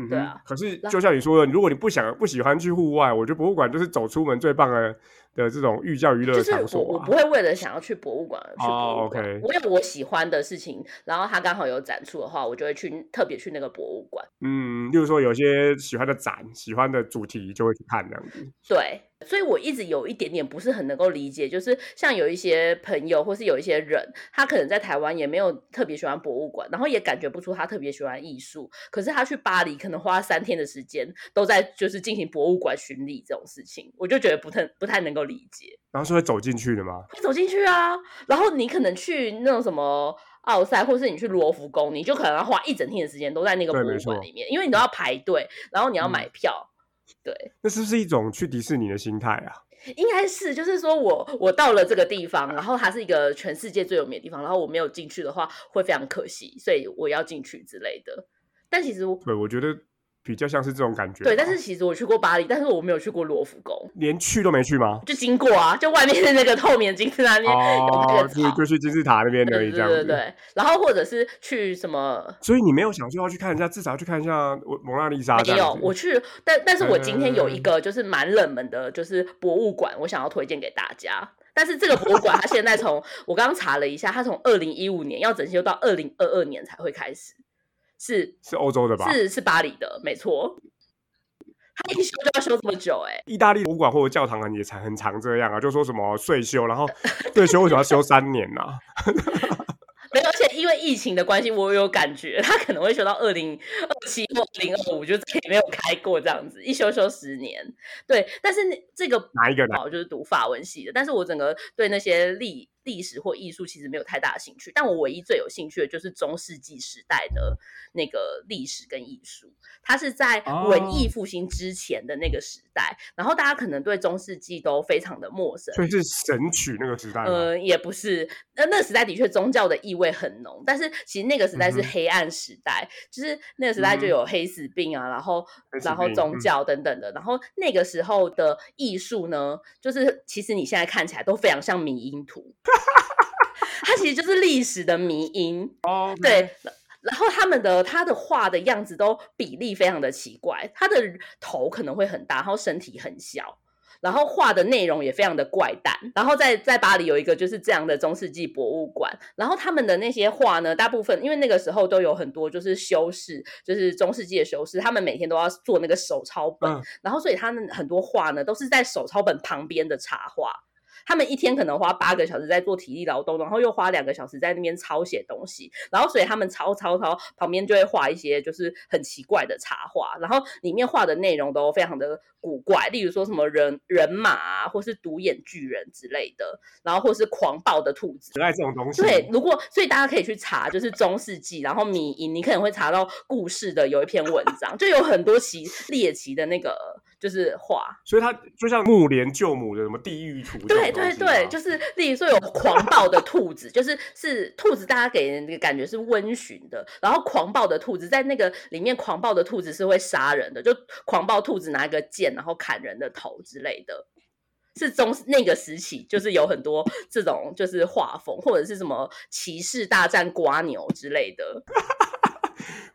嗯
对
哼
啊
可是
那
就像你说的，如果你不想不喜欢去户外，我觉得博物馆就是走出门最棒的的这种寓教于乐
就
的
是
场
我我
所啊
不。会为了想要去博物馆而去博
哦
物馆，
，OK
我有我喜欢的事情，然后它刚好有展出的话，我就会去特别去那个博物馆。
嗯，例如说有些喜欢的展、喜欢的主题就会去看这样子。
对，所以我一直有一点点不是很能够理解，就是像有一些朋友或是有一些人，他可能在台湾也没有特别喜欢博物馆，然后也感觉不出他特别喜欢艺术，可是他去巴黎可能花三天的时间都在就是进行博物馆巡礼这种事情，我就觉得不太不太能够理解。
然后是会走进去的吗？
会走进去啊，然后你可能去那种什么。奥赛，或是你去罗浮宫，你就可能要花一整天的时间都在那个
对
博物
没
馆
错
里面，因为你都要排队，然后你要
嗯
买票。对，
那是不是一种去迪士尼的心态啊？
应该是就是说我我到了这个地方，然后它是一个全世界最有名的地方，然后我没有进去的话会非常可惜，所以我要进去之类的。但其实我
对，我觉得比较像是这种感觉吧。
对，但是其实我去过巴黎，但是我没有去过罗浮宫，
连去都没去
(laughs)
吗？
就经过啊，就外面的那个透明的金字塔那边有那
哦，
个
就
草，
就去金字塔那边而
对
已，
对
这样
对
子。
对，然后或者是去什么
所以你没有想说要去看一下，至少要去看一下我蒙娜丽莎这
没
样
有
子。，
我去，但但是我今天有一
嗯
个就是蛮冷门的，就是博物馆，我想要推荐给大家。但是这个博物馆它现在从我刚刚查了一下，它从二零一五年要整修到二零二二年才会开始，是
是欧洲的吧？
是是巴黎的，没错。它一修就要修这么久、欸，哎，
意大利博物馆或者教堂啊，也常很常这样啊，就说什么税修，然后 (laughs) 税修为什么要修三年啊呢、
没有，而且因为疫情的关系，我有感觉它可能会修到二零二七或二零二五，就再也没有开过这样子，一修修十年。对，但是那这个
哪一个呢？
好，就是读法文系的，但是我整个对那些历历史或艺术其实没有太大的兴趣，但我唯一最有兴趣的就是中世纪时代的那个历史跟艺术，它是在文
哦
艺复兴之前的那个时代，然后大家可能对中世纪都非常的陌生。
所以是神曲那个时代吗？
呃，也不是，那那个时代的确宗教的意味很浓，但是其实那个时代是
嗯哼
黑暗时代，就是那个时代就
嗯
有黑死病啊，然后
黑死
然后
病
宗
嗯
教等等的，然后那个时候的艺术呢，就是其实你现在看起来都非常像迷
(laughs)
因图，它其实就是历史的迷因，
哦，
对，然然后他们的他的画的样子都比例非常的奇怪，他的头可能会很大，然后身体很小。然后画的内容也非常的怪诞，然后在在巴黎有一个就是这样的中世纪博物馆，然后他们的那些画呢，大部分因为那个时候都有很多就是修饰，就是中世纪的修饰，他们每天都要做那个手抄本，
嗯
然后所以他们很多画呢都是在手抄本旁边的插画，他们一天可能花八个小时在做体力劳动，然后又花两个小时在那边抄写东西，然后所以他们抄抄抄，旁边就会画一些就是很奇怪的插画，然后里面画的内容都非常的古怪，例如说什么人人马啊，或是独眼巨人之类的，然后或是狂暴的兔子。
可爱这种东西。
对，，如果所以大家可以去查，就是中世纪，然后迷因，你可能会查到故事的有一篇文章，就有很多奇猎奇的那个就是画，
所以它就像木莲救母的什么地狱图这种
对
东西
对
吗。
对，就是例如说有狂暴的兔子， (laughs) 就是是兔子，大家给人的感觉是温驯的，然后狂暴的兔子在那个里面，狂暴的兔子是会杀人的，就狂暴兔子拿一个剑，然后砍人的头之类的。是中那个时期，就是有很多这种就是画风，或者是什么骑士大战瓜牛之类的。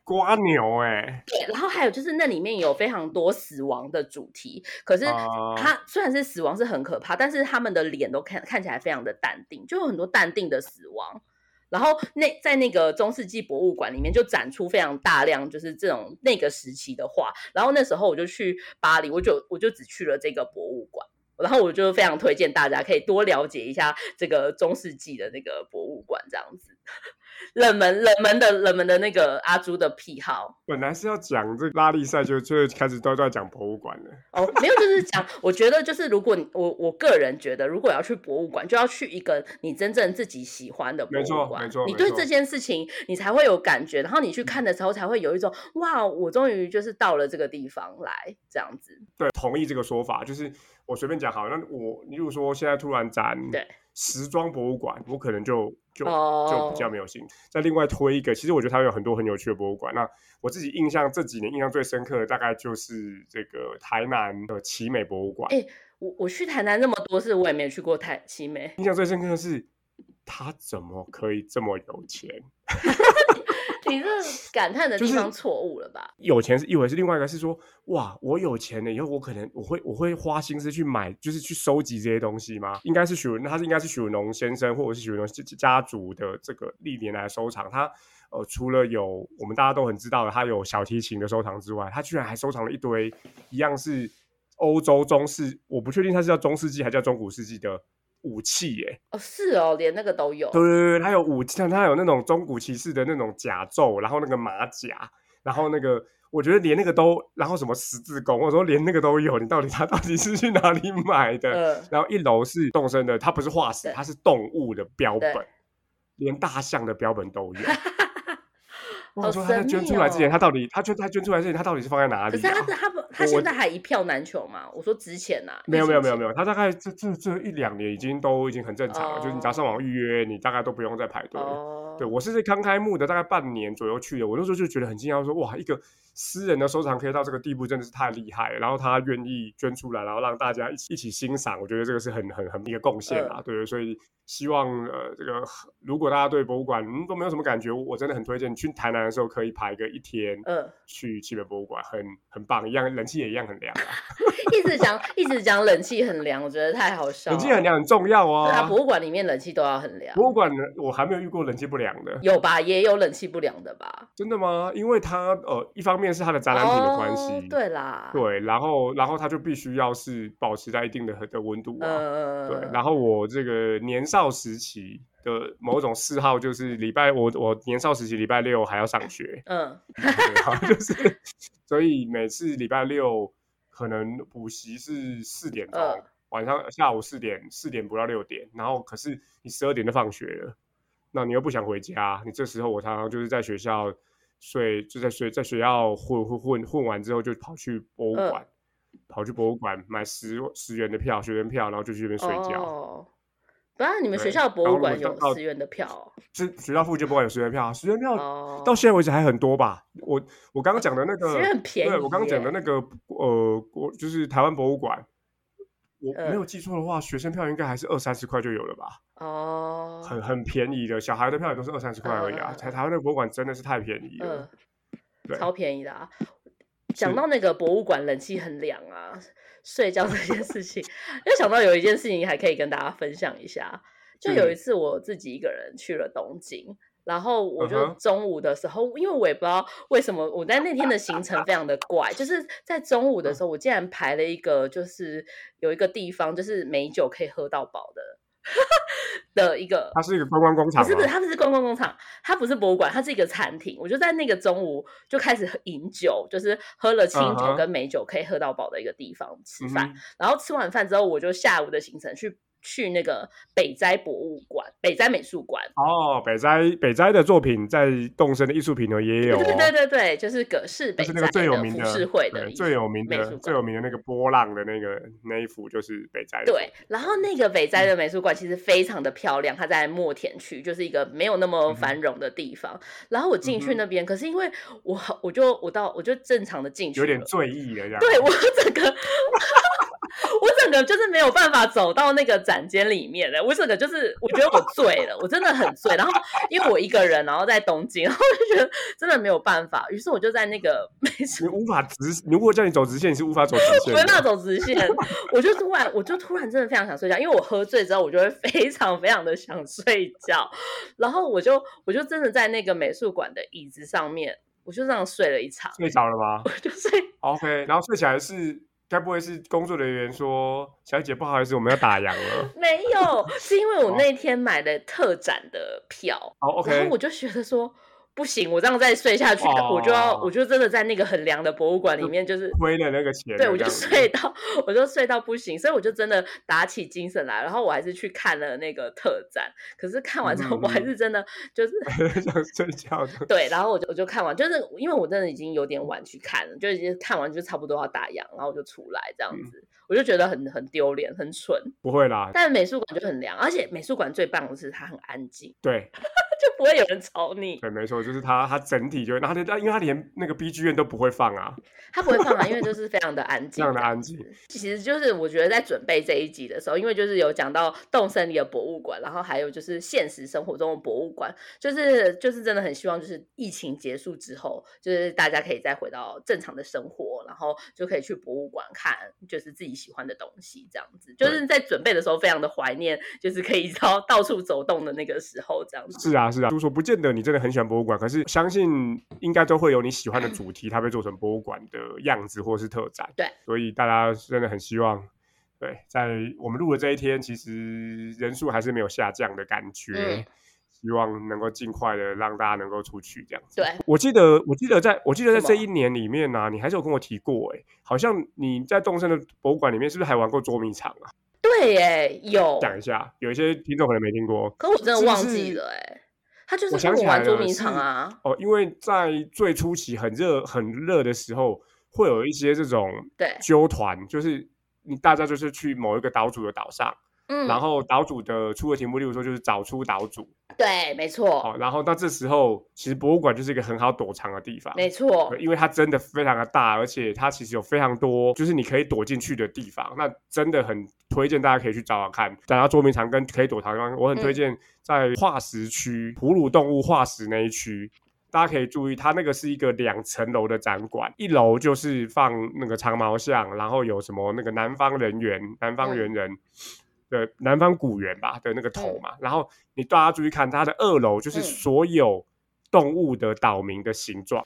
瓜牛哎、
对，然后还有就是那里面有非常多死亡的主题，可是
哦
他虽然是死亡是很可怕，但是他们的脸都看看起来非常的淡定，就有很多淡定的死亡。然后那在那个中世纪博物馆里面就展出非常大量就是这种那个时期的画，然后那时候我就去巴黎，我就我就只去了这个博物馆，然后我就非常推荐大家可以多了解一下这个中世纪的那个博物馆这样子， (laughs) 冷门冷门的冷门的那个阿朱的癖好。
本来是要讲这个拉力赛，就就开始都在讲博物馆了。
哦，没有，就是讲，我觉得就是，如果你我我个人觉得，如果要去博物馆，就要去一个你真正自己喜欢的博
没错
物馆
没错，
你
没
对
错
这件事情你才会有感觉，然后你去看的时候才会有一种哇，我终于就是到了这个地方来这样子。
对，同意这个说法，就是我随便讲好。那我你如果说现在突然展
对
时装博物馆，我可能就就就
哦
比较没有兴趣。再另外推一个，其实我觉得它有很多很有趣的博物馆。那我自己印象这几年印象最深刻的，大概就是这个台南的奇美博物馆。
哎我我去台南那么多次，我也没去过台奇美，
印象最深刻的是，他怎么可以这么有钱？
(laughs) 你这感叹的
就
地
是
方错误了吧？
有钱是一回事，另外一个是说，哇，我有钱了以后，我可能我会我会花心思去买，就是去收集这些东西吗？应该是许文，他是应该是许文龙先生或者是许文龙家家族的这个历年来的收藏。他呃，除了有我们大家都很知道的，他有小提琴的收藏之外，他居然还收藏了一堆一样是欧洲中世，我不确定他是叫中世纪还是叫中古世纪的武器耶、
哦，是哦，连那个都有。
对对对，它有武器，像它有那种中古骑士的那种甲胄，然后那个马甲，然后那个我觉得连那个都，然后什么十字弓，我说连那个都有，你到底他 (laughs) 到底是去哪里买的？
嗯、
然后一楼是动身的，它不是化石
对，
它是动物的标
对
本。连大象的标本
(laughs)
都有。我
好
想说他在
神
捐
秘
出来之前，
哦
他到底他捐他捐出来之前，他到底是放在哪
可
里、
是
啊？
他的他不他
我
现在还一票难求嘛？我说之前呐、啊，
没有没有没有
没
没有，他大概这这这一两年已经都已经很正常了，就是你只要上网预约，你大概都不用再排队了。
哦，
对我是在刚开幕的大概半年左右去的，我那时候就觉得很惊讶，说哇，一个私人的收藏可以到这个地步，真的是太厉害了。然后他愿意捐出来，然后让大家一起一起欣赏，我觉得这个是很很很一个贡
嗯
献啦。对，所以希望呃这个如果大家对博物馆、嗯、都没有什么感觉，我真的很推荐你去台南的时候可以排个一天。
嗯，
去奇美博物馆很很棒，一样冷气也一样很凉、啊，
(laughs) 一直讲一直讲冷气很凉，我觉得太好笑了。
冷气很凉很重要哦。
对啊，博物馆里面冷气都要很凉，
博物馆呢，我还没有遇过冷气不良的，
有吧？也有冷气不良的吧？
真的吗？因为它呃，一方面是它的展览品的关系，
哦、对啦，
对然后然后它就必须要是保持在一定的的温度啊。
呃，，
对，然后我这个年少时期的某种嗜好就是礼拜我我年少时期礼拜六还要上学
嗯，
然后就是所以每次礼拜六可能补习是四点钟。
嗯
晚上下午四点四点不到六点，然后可是你十二点就放学了，那你又不想回家，你这时候我常常就是在学校睡，就在学在学校混混混混完之后就跑去博物
嗯
馆，跑去博物馆买十十元的票学生票，然后就去那边睡觉。
哦不然你们学
对
校博
然后
物
如
馆
果
有
到到
寺院的票哦
是学校附近博物馆有十元票啊，十元票
哦，
到现在为止还很多吧？我我刚刚讲的那个，
其实很便宜
对我刚刚讲的
耶
那个，呃，国就是台湾博物馆，我
嗯
没有记错的话，学生票应该还是二三十块就有了吧？
哦，
很很便宜的，小孩的票也都是二三十块而已啊
嗯嗯。嗯
台台湾的博物馆真的是太便宜了
嗯，，
对
超便宜的啊。讲
是
到那个博物馆冷气很凉啊，睡觉这件事情，又想到有一件事情还可以跟大家分享一下。就有一
嗯
次我自己一个人去了东京，然后我
嗯
就
哼
中午的时候，因为我也不知道为什么我在那天的行程非常的怪，就是在中
嗯
午的时候，我竟然排了一个就是有一个地方就是美酒可以喝到饱的 (laughs) 的一个
它是一个观光工厂
不是不是，
吗？
它不是观光工厂，它不是博物馆，它是一个餐厅。我就在那个中午就开始喝饮酒，就是喝了清
嗯
酒
哼
跟美酒可以喝到饱的一个地方吃
嗯
饭。
哼
然后吃完饭之后，我就下午的行程去去那个北斋博物馆、北斋美术馆。
哦，北斋北斋的作品在动森的艺术品呢也有哦，
对对对对对，就是葛饰北
就是
斋
那个最有名
浮
的
世绘
对
的艺
最
术
有名
美术
的最
馆
有名的那个波浪的那个那一幅就是北斋的作品。
对，然后那个北斋的美术馆其实非常的漂亮，它在墨田区，就是一个没有那么
嗯哼
繁荣的地方。然后我进
嗯
去
哼
那边，可是因为我我就我到我就正常的进去了，
有点醉意了这样。
对我整个， (laughs) 我整个就是没有办法走到那个展间里面了。我整个就是，我觉得我醉了，我真的很醉。然后因为我一个人，然后在东京，然后我就觉得真的没有办法。于是我就在那个美术
你无法直，你如果叫你走直线，你是无法走直
(laughs) 我
线
没办法
的。
走直线，我就突然，我就突然真的非常想睡觉，因为我喝醉之后，我就会非常非常的想睡觉，然后我就我就真的在那个美术馆的椅子上面，我就这样睡了一场，
睡着了吗
我就睡
？OK，然后睡起来是，该不会是工作人员说，小姐不好意思，我们要打烊了。
没有，是因为我那天买了特展的票，
好
然
哦，OK，
后我就觉得说不行，我这样再睡下去，我就要，我
哦
就真的在那个很凉的博物馆里面，就是
亏了那个钱了。
对我
这
就
样子
睡到，我就睡到不行，所以我就真的打起精神来，然后我还是去看了那个特展，可是看完之后，
嗯
我还
嗯
是真的就是
(laughs) 想睡觉的。
对，然后我就我就看完，就是因为我真的已经有点晚去看了，就已经看完就差不多要打烊，然后我就出来这样
嗯
子，我就觉得很很丢脸，很蠢。
不会啦，
但美术馆就很凉，而且美术馆最棒的是它很安静，
对
就不会有人吵你。
对，没错，就是他他整体就，然后他因为他连那个 B G 院都不会放啊，
它不会放啊，因为就是非常的安
(laughs)
静。
这样的安静。
其实就是我觉得在准备这一集的时候，因为就是有讲到动森里的博物馆，然后还有就是现实生活中的博物馆，就是就是真的很希望就是疫情结束之后，就是大家可以再回到正常的生活，然后就可以去博物馆看就是自己喜欢的东西，这样子。就是在准备的时候非常的怀念，就是可以 (laughs) 到到处走动的那个时候，这样子。
是啊，是啊，就是说不见得你真的很喜欢博物馆，可是相信应该都会有你喜欢的主题，它被做成博物馆的样子或是特展。
对，
所以大家真的很希望，对，在我们录的这一天，其实人数还是没有下降的感觉，
嗯
希望能够尽快的让大家能够出去这样子。
对，
我记得，我记得在，我记得在
什
这
么啊
一年里面呢、啊你还是有跟我提过、欸，好像你在动森的博物馆里面，是不是还玩过捉迷藏啊？
对耶，有，
讲一下，有一些听众可能没听过，
可我真的
是不
忘记
是
了哎。他就
我
是
想
跟
起来
玩捉
了
迷
是
藏啊，
哦，因为在最初期很热很热的时候，会有一些这种
对，
纠团，就是你大家就是去某一个岛主的岛上，
嗯，
然后岛主的出的题目，例如说就是找出岛主，
嗯对，没错，
哦，然后那这时候其实博物馆就是一个很好躲藏的地方，
没错
对，因为它真的非常的大，而且它其实有非常多就是你可以躲进去的地方。那真的很推荐大家可以去找找看，找到捉迷藏跟可以躲藏的地方。我很推
嗯
荐在化石区、哺乳动物化石那一区。大家可以注意，它那个是一个两层楼的展馆，一楼就是放那个长毛象，然后有什么那个南方人猿、南方
嗯
猿人的、南方古猿吧的那个头嘛，然后你大家注意看，它的二楼就是
嗯
所有动物的岛民的形状。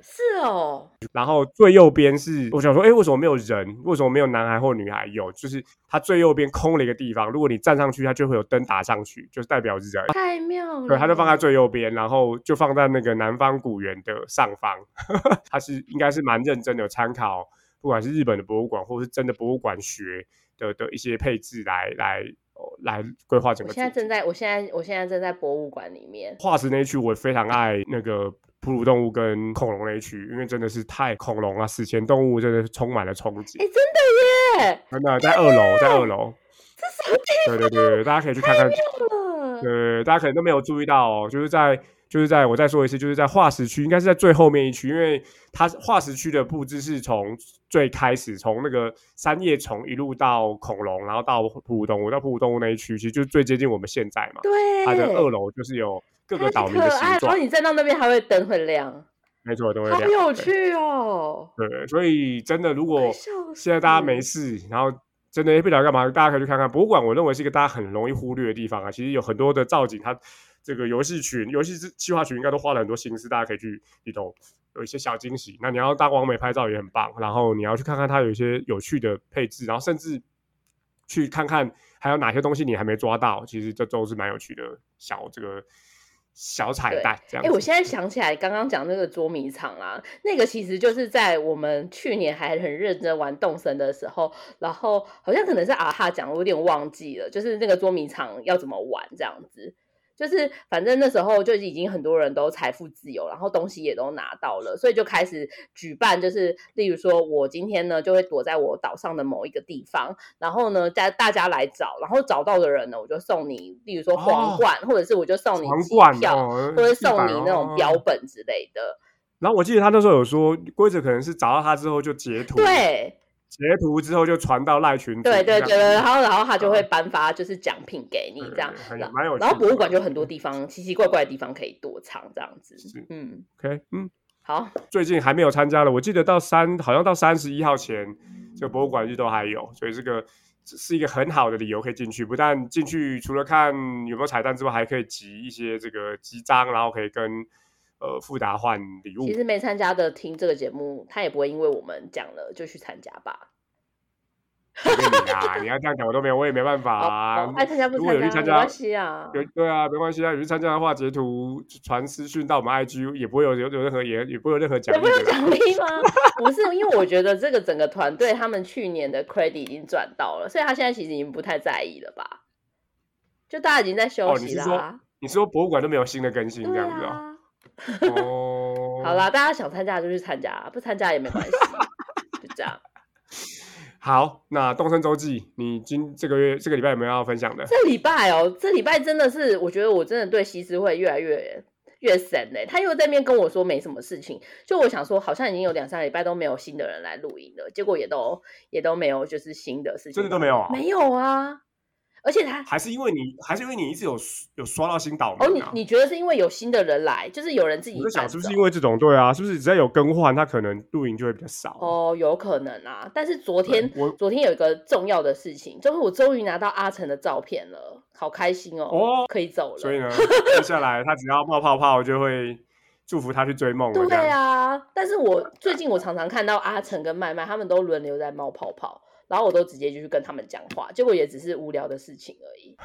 是哦，
然后最右边是，我想说，哎，为什么没有人？为什么没有男孩或女孩？有，就是它最右边空了一个地方，如果你站上去，它就会有灯打上去，就是代表人。
太妙了，
对，它就放在最右边，然后就放在那个南方古园的上方。 (laughs) 它是应该是蛮认真的有参考，不管是日本的博物馆，或是真的博物馆学的的一些配置来来、哦来规划整
我
个主题。
现在正在，我现在我现在正在博物馆里面，
化石那一区，我非常爱那个哺乳动物跟恐龙那一区，因为真的是太恐龙啊，史前动物真的充满了憧
哎、
憬。
真的耶，
真的，在二楼，在二楼，
这什么
对对对，对大家可以去看看。
地
对，对大家可能都没有注意到哦，就是在就是在我再说一次，就是在化石区，应该是在最后面一区，因为它化石区的布置是从最开始从那个三叶虫一路到恐龙，然后到哺乳动物，到哺乳动物那一区，其实就是最接近我们现在嘛。
对，
它的二楼就是有各个
太
岛民
可
的
爱
形
然后
状，
你站到那边还会灯会亮，
没错，都会
好
这样。
有趣哦，
对，所以真的，如果
快笑
现在大家
死
没事，然后真的不了干嘛，大家可以去看看博物馆。我认为是一个大家很容易忽略的地方啊。其实有很多的造景，它这个游戏群、游戏计划群应该都花了很多心思，大家可以去里头有一些小惊喜。那你要当网美拍照也很棒，然后你要去看看它有一些有趣的配置，然后甚至去看看还有哪些东西你还没抓到。其实这都是蛮有趣的小这个小彩
对
蛋这样
哎、
子。
我现在想起来刚刚讲那个捉迷藏啊，那个其实就是在我们去年还很认真玩动森的时候，然后好像可能是啊哈讲，我有点忘记了，就是那个捉迷藏要怎么玩这样子。就是反正那时候就已经很多人都财富自由，然后东西也都拿到了，所以就开始举办，就是例如说我今天呢就会躲在我岛上的某一个地方，然后呢大大家来找，然后找到的人呢我就送你，例如说
哦
皇冠，或者是我就送你
皇
机
冠
票，
哦，
或者
地
送
板
你那种
哦
标本之类的。
然后我记得他那时候有说，规则可能是找到他之后就截图，，
对
截图之后就传到赖群组，
对对对对，
这样
然后然后他就会
嗯
颁发就是奖品给你
对
这样
很，
然
蛮有
然后
趣
博
的嗯
物馆就有很多地方奇奇怪怪的地方可以躲藏这样子
是。
嗯，
OK，嗯，
好，
最近还没有参加了，我记得到三好像到三十一号前，这个博物馆日都还有，所以这个这是一个很好的理由可以进去。不但进去除了看有没有彩蛋之外，还可以集一些这个集章，然后可以跟呃富达换礼物
其。实没参加的听这个节目，他也不会因为我们讲了就去参加吧。
随便你啊，你要这样讲我都没有，我也没办法啊。
(laughs) 哦爱参加不
如果有
参
去
加
参
没
加
关，系啊。
有对啊，没关系啊，有去参加的话，截图传私讯到我们 IG，也不会有有有任何也也不会有任何奖
也
励
不用
的啦。
奖
(laughs)
励吗？不是，因为我觉得这个整个团队他们去年的 credit 已经赚到了，所以他现在其实已经不太在意了吧？就大家已经在休
哦，你
息
是
啦、啊
说你是说博物馆都没有新的更新这
对
样子啊？
啊，
哦，
(laughs) 好，啦，大家想参加就去参加，不参加也没关系，就这样。
好，那动身周记，你今这个月这个礼拜有没有要分享的？
这礼拜哦， (laughs) 这礼拜真的是，我觉得我真的对西施会越来越越神嘞、他又在那边跟我说没什么事情，就我想说，好像已经有两三个礼拜都没有新的人来录音了，结果也都也都没有，就是新的事情
真的都没有啊
没有啊。而且他
还是因为你还是因为你一直有有刷到新岛
哦，
民
你
啊？
你觉得是因为有新的人来，就是有人自己
我在想
搬
是不
走
是因为这种对啊？是不是只要有更换，它可能露营就会比较少？
哦，有可能啊。但是昨
对，
天
我
昨天有一个重要的事情，就是我终于拿到阿成的照片了，好开心哦，
哦
可以走了。
所以呢，
(laughs)
接下来他只要冒泡泡就会祝福他去追梦了。
对
这样，
啊，但是我最近我常常看到阿成跟麦麦他们都轮流在冒泡泡，然后我都直接就去跟他们讲话，结果也只是无聊的事情而
(laughs)
已，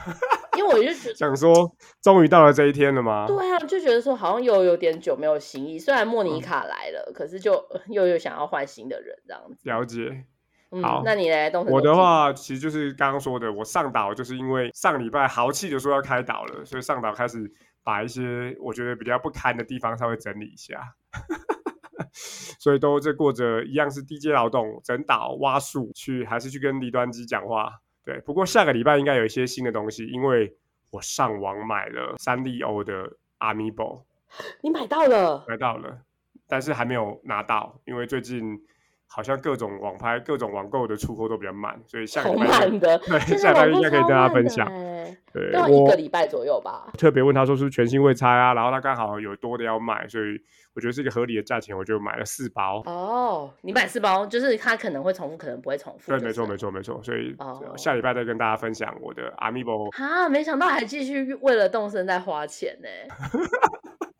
因为我就觉得。
想说终于到了这一天了吗？
对啊，就觉得说好像又有点久没有新意，虽然莫
嗯
妮卡来了，可是就 (laughs) 呃又有想要换新的人这样子。
了解。
嗯
好，
那你来动手
我的
动脚，
话，其实就是刚刚说的，我上岛就是因为上礼拜豪气的说要开岛了，所以上岛开始把一些我觉得比较不堪的地方稍微整理一下。 (laughs) 所以都这过着一样是低阶劳动、整岛、挖树去，还是去跟离端机讲话。对，不过下个礼拜应该有一些新的东西，因为我上网买了三丽鸥的 Amiibo，
你买到了，
买到了，但是还没有拿到，因为最近好像各种网拍、各种网购的出货都比较慢，所以下个
好
礼拜
慢的，
(laughs) 对
现
下
在
礼拜
网
应
络
该可以
超
跟大家
慢
分
的
享。
欸
对，
都要一
我
个礼拜左右吧。
特别问他说是不是全新未拆啊，然后他刚好有多的要卖，所以我觉得是一个合理的价钱，我就买了四包。
哦，你买四包，就是它可能会重复，可能不会重复。
对，没错，没。错，没错。所以、
哦
呃下礼拜再跟大家分享我的 Amiibo
啊，没想到还继续为了动身在花钱呢、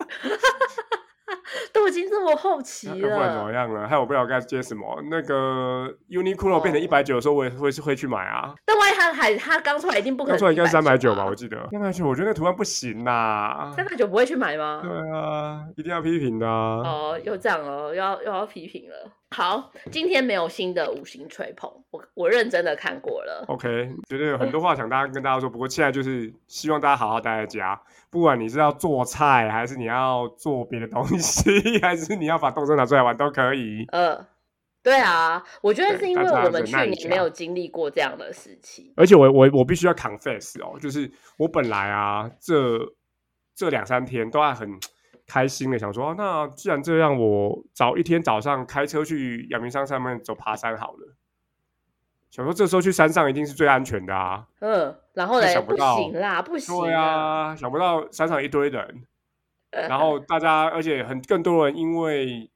(laughs) 都已经这么后期
那那呃不然怎么
了，
样呢？害我不知道该接什么。那个 Uniqlo 变成
哦
一百九的时候，我也会是会去买啊。
但万一他还他刚出来一定不可
刚
能。
出来应该三百九吧，我？记得。三百九，我觉得那图案不行啦。
三百九不会去买吗？
对啊，一定要批评的啊。
哦，又这样哦，又要又要批评了。好，今天没有新的五星吹捧，我我认真的看过了。
OK，觉得有很多话想大家跟大家说，不过现在就是希望大家好好待在家，不管你是要做菜，还是你要做别的东西， (laughs) 还是你要把动身拿出来玩都可以。
呃，对啊，我觉得
对
是因
大
为
家
我们
忍
去
耐一
年没
下
有经历过这样的时期。
而且我我我必须要 confess 哦，就是我本来啊，这这两三天都还很开心的，想说、啊、那既然这样，我早一天早上开车去阳明山上面走爬山好了。想说这时候去山上一定是最安全的啊，
嗯，然后
就
嘞，
想不
不
到
行啦，不行
对
啦，
啊，想不到山上一堆人，
呃
然后大家而且很更多人因为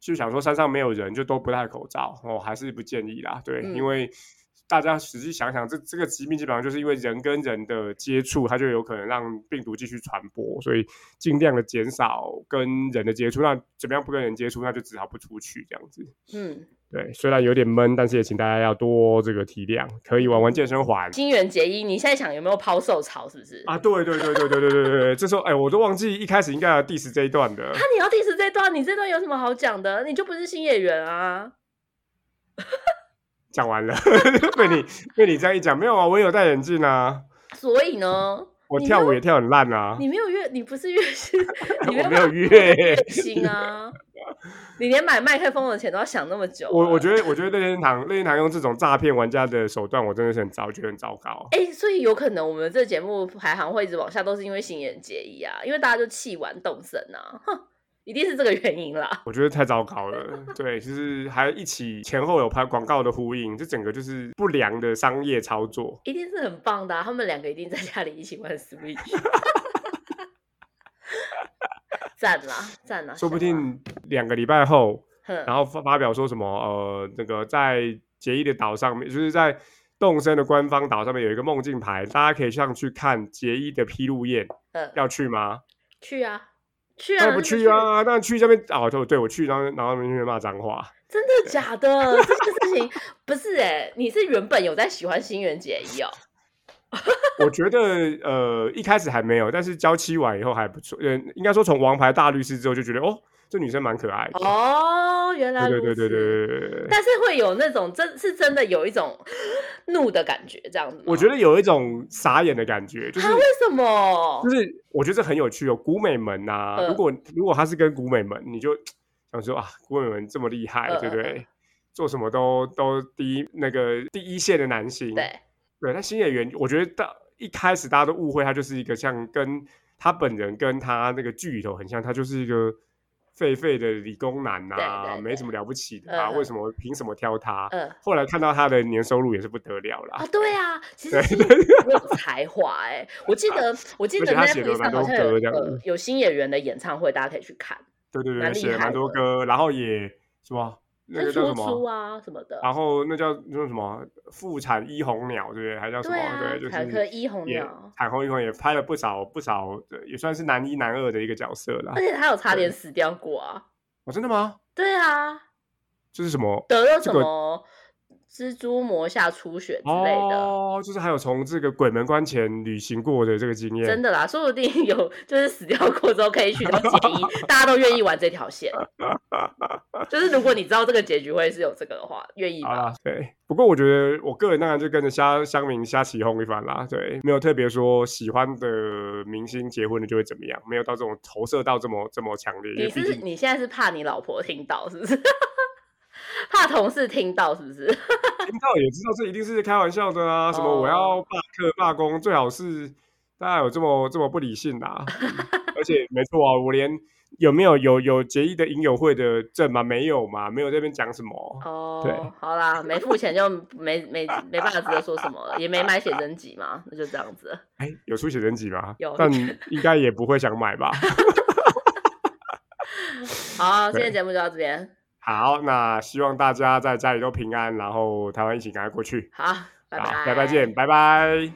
就想说山上没有人，就都不戴口罩，我、哦、还是不建议啦。对，
嗯
因为大家实际想想，这这个疾病基本上就是因为人跟人的接触，它就有可能让病毒继续传播，所以尽量的减少跟人的接触。那怎么样不跟人接触，那就只好不出去这样子。
嗯，
对，虽然有点闷，但是也请大家要多这个体谅，可以玩玩健身环。
金元结衣，你现在想有没有抛售潮？是不是？
啊，对对对对对对对对对，这时候哎，我都忘记一开始应该要 diss 这一段的。
啊，你要 diss 这段，你这段有什么好讲的？你就不是新演员啊！
讲完了， (laughs) 被你被你这样一讲，没有啊，我也有戴眼镜啊，
所以呢，
我
你
跳
没
舞
有
也跳很烂啊，
你没有月，你不是月
(laughs)
薪，你
我
办
没有
法
月
(laughs) 月
(laughs)
薪啊！你连买麦克风的钱都要想那么久了，
我我觉得我觉得任天堂任天堂用这种诈骗玩家的手段，我真的是很糟，觉得很糟糕。
哎、所以有可能我们这节目排行会一直往下，都是因为新人结衣啊，因为大家就气完动身啊，哼，一定是这个原因啦。
我觉得太糟糕了，对，就是还一起前后有拍广告的呼应，这整个就是不良的商业操作。
一定是很棒的、啊，他们两个一定在家里一起玩 Switch，赞啦赞啦，
说不
香啦，
定两个礼拜后，然
哼，
后发发表说什么呃，那个在结义的岛上面，就是在动身的官方岛上面有一个梦境牌，大家可以上去看结义的披露宴，
嗯，
要去吗？
去啊去啊，
那不
那就
去！啊，那去这边哦，对对，我去，然后然后那边骂脏话，
真的假的？这件事情不是哎、你是原本有在喜欢新垣结衣哦，
我觉得呃一开始还没有，但是交期完以后还不错，呃，应该说从王牌大律师之后就觉得哦，这女生蛮可爱的，
哦，原来
对
如
对
此，
对对对对对对。
但是会有那种真是真的有一种怒的感觉，这样子吗。
我觉得有一种傻眼的感觉，就是
他为什么
就？是我觉得这很有趣哦，古美门呐、
嗯
如果如果他是跟古美门，你就想说啊，古美门这么厉害，
嗯
对不
嗯
对？做什么都都第一那个第一线的男星，
对，
对，但新演员，我觉得到一开始大家都误会他就是一个像跟他本人跟他那个剧里头很像，他就是一个废废的理工男呐、
对对
没什么了不起的啊，
嗯
为什么凭什么挑他？
嗯、
后来看到他的年收入也是不得了啦，
啊，对啊，其实
对啊
新演员很有才华哎、我
(laughs)
记得，我记
而
得
且他写了
Netflix 上
蛮多
好像
歌
有
这样
呃
子
有新演员的演唱会，大家可以去看，
对对对，
蛮
写
厉
了蛮
害
多
的
歌，然后也什么那个
跟
叫什
说
么
书啊什么的。
然后那叫那叫什么妇产一红鸟，对不对？还叫什么？
对啊
对，就，
产科
是
一红
也啊
鸟，
产后一红也拍了不少不少，对也算是男一男二的一个角色啦
而。且他有差点死掉过啊。
哦，真的吗？
对啊，
这是什么？
得了什
这个
么蜘蛛魔下初雪之类的。
哦，就是还有从这个鬼门关前旅行过的这个经验，
真的啦，说不定有就是死掉过之后可以取到结衣，大家都愿意玩这
(laughs)
条线。就是如果你知道这个结局会是有这个的话，愿意
好
吧？
啦，对。不过我觉得我个人当然就跟着瞎乡民瞎起哄一番啦，对，没有特别说喜欢的明星结婚了就会怎么样，没有到这种投射到这么这么强烈。因为
你
毕
是
竟
你现在是怕你老婆听到是不是？ (laughs) 怕同事听到是
(laughs)
不是？
听到也知道这一定是开玩笑的
哦
啊，什么我要罢课罢工，最好是 (laughs) 大家有这么这么不理性啊。嗯而且没错啊，我连有没有有有结义的影友会的证吗？没有嘛，没有在那边讲什么。
哦，
对
好啦，没付钱就没没没办法直接说什么了，也没买写真集嘛，那就这样子了。
哎、有出写真集吗？
有
但应该也不会想买吧。 (laughs)
好，
对
今天节目就到这边，
好，那希望大家在家里都平安，然后台湾疫情赶快过去。
好，拜
好，拜
拜，
拜见，拜拜。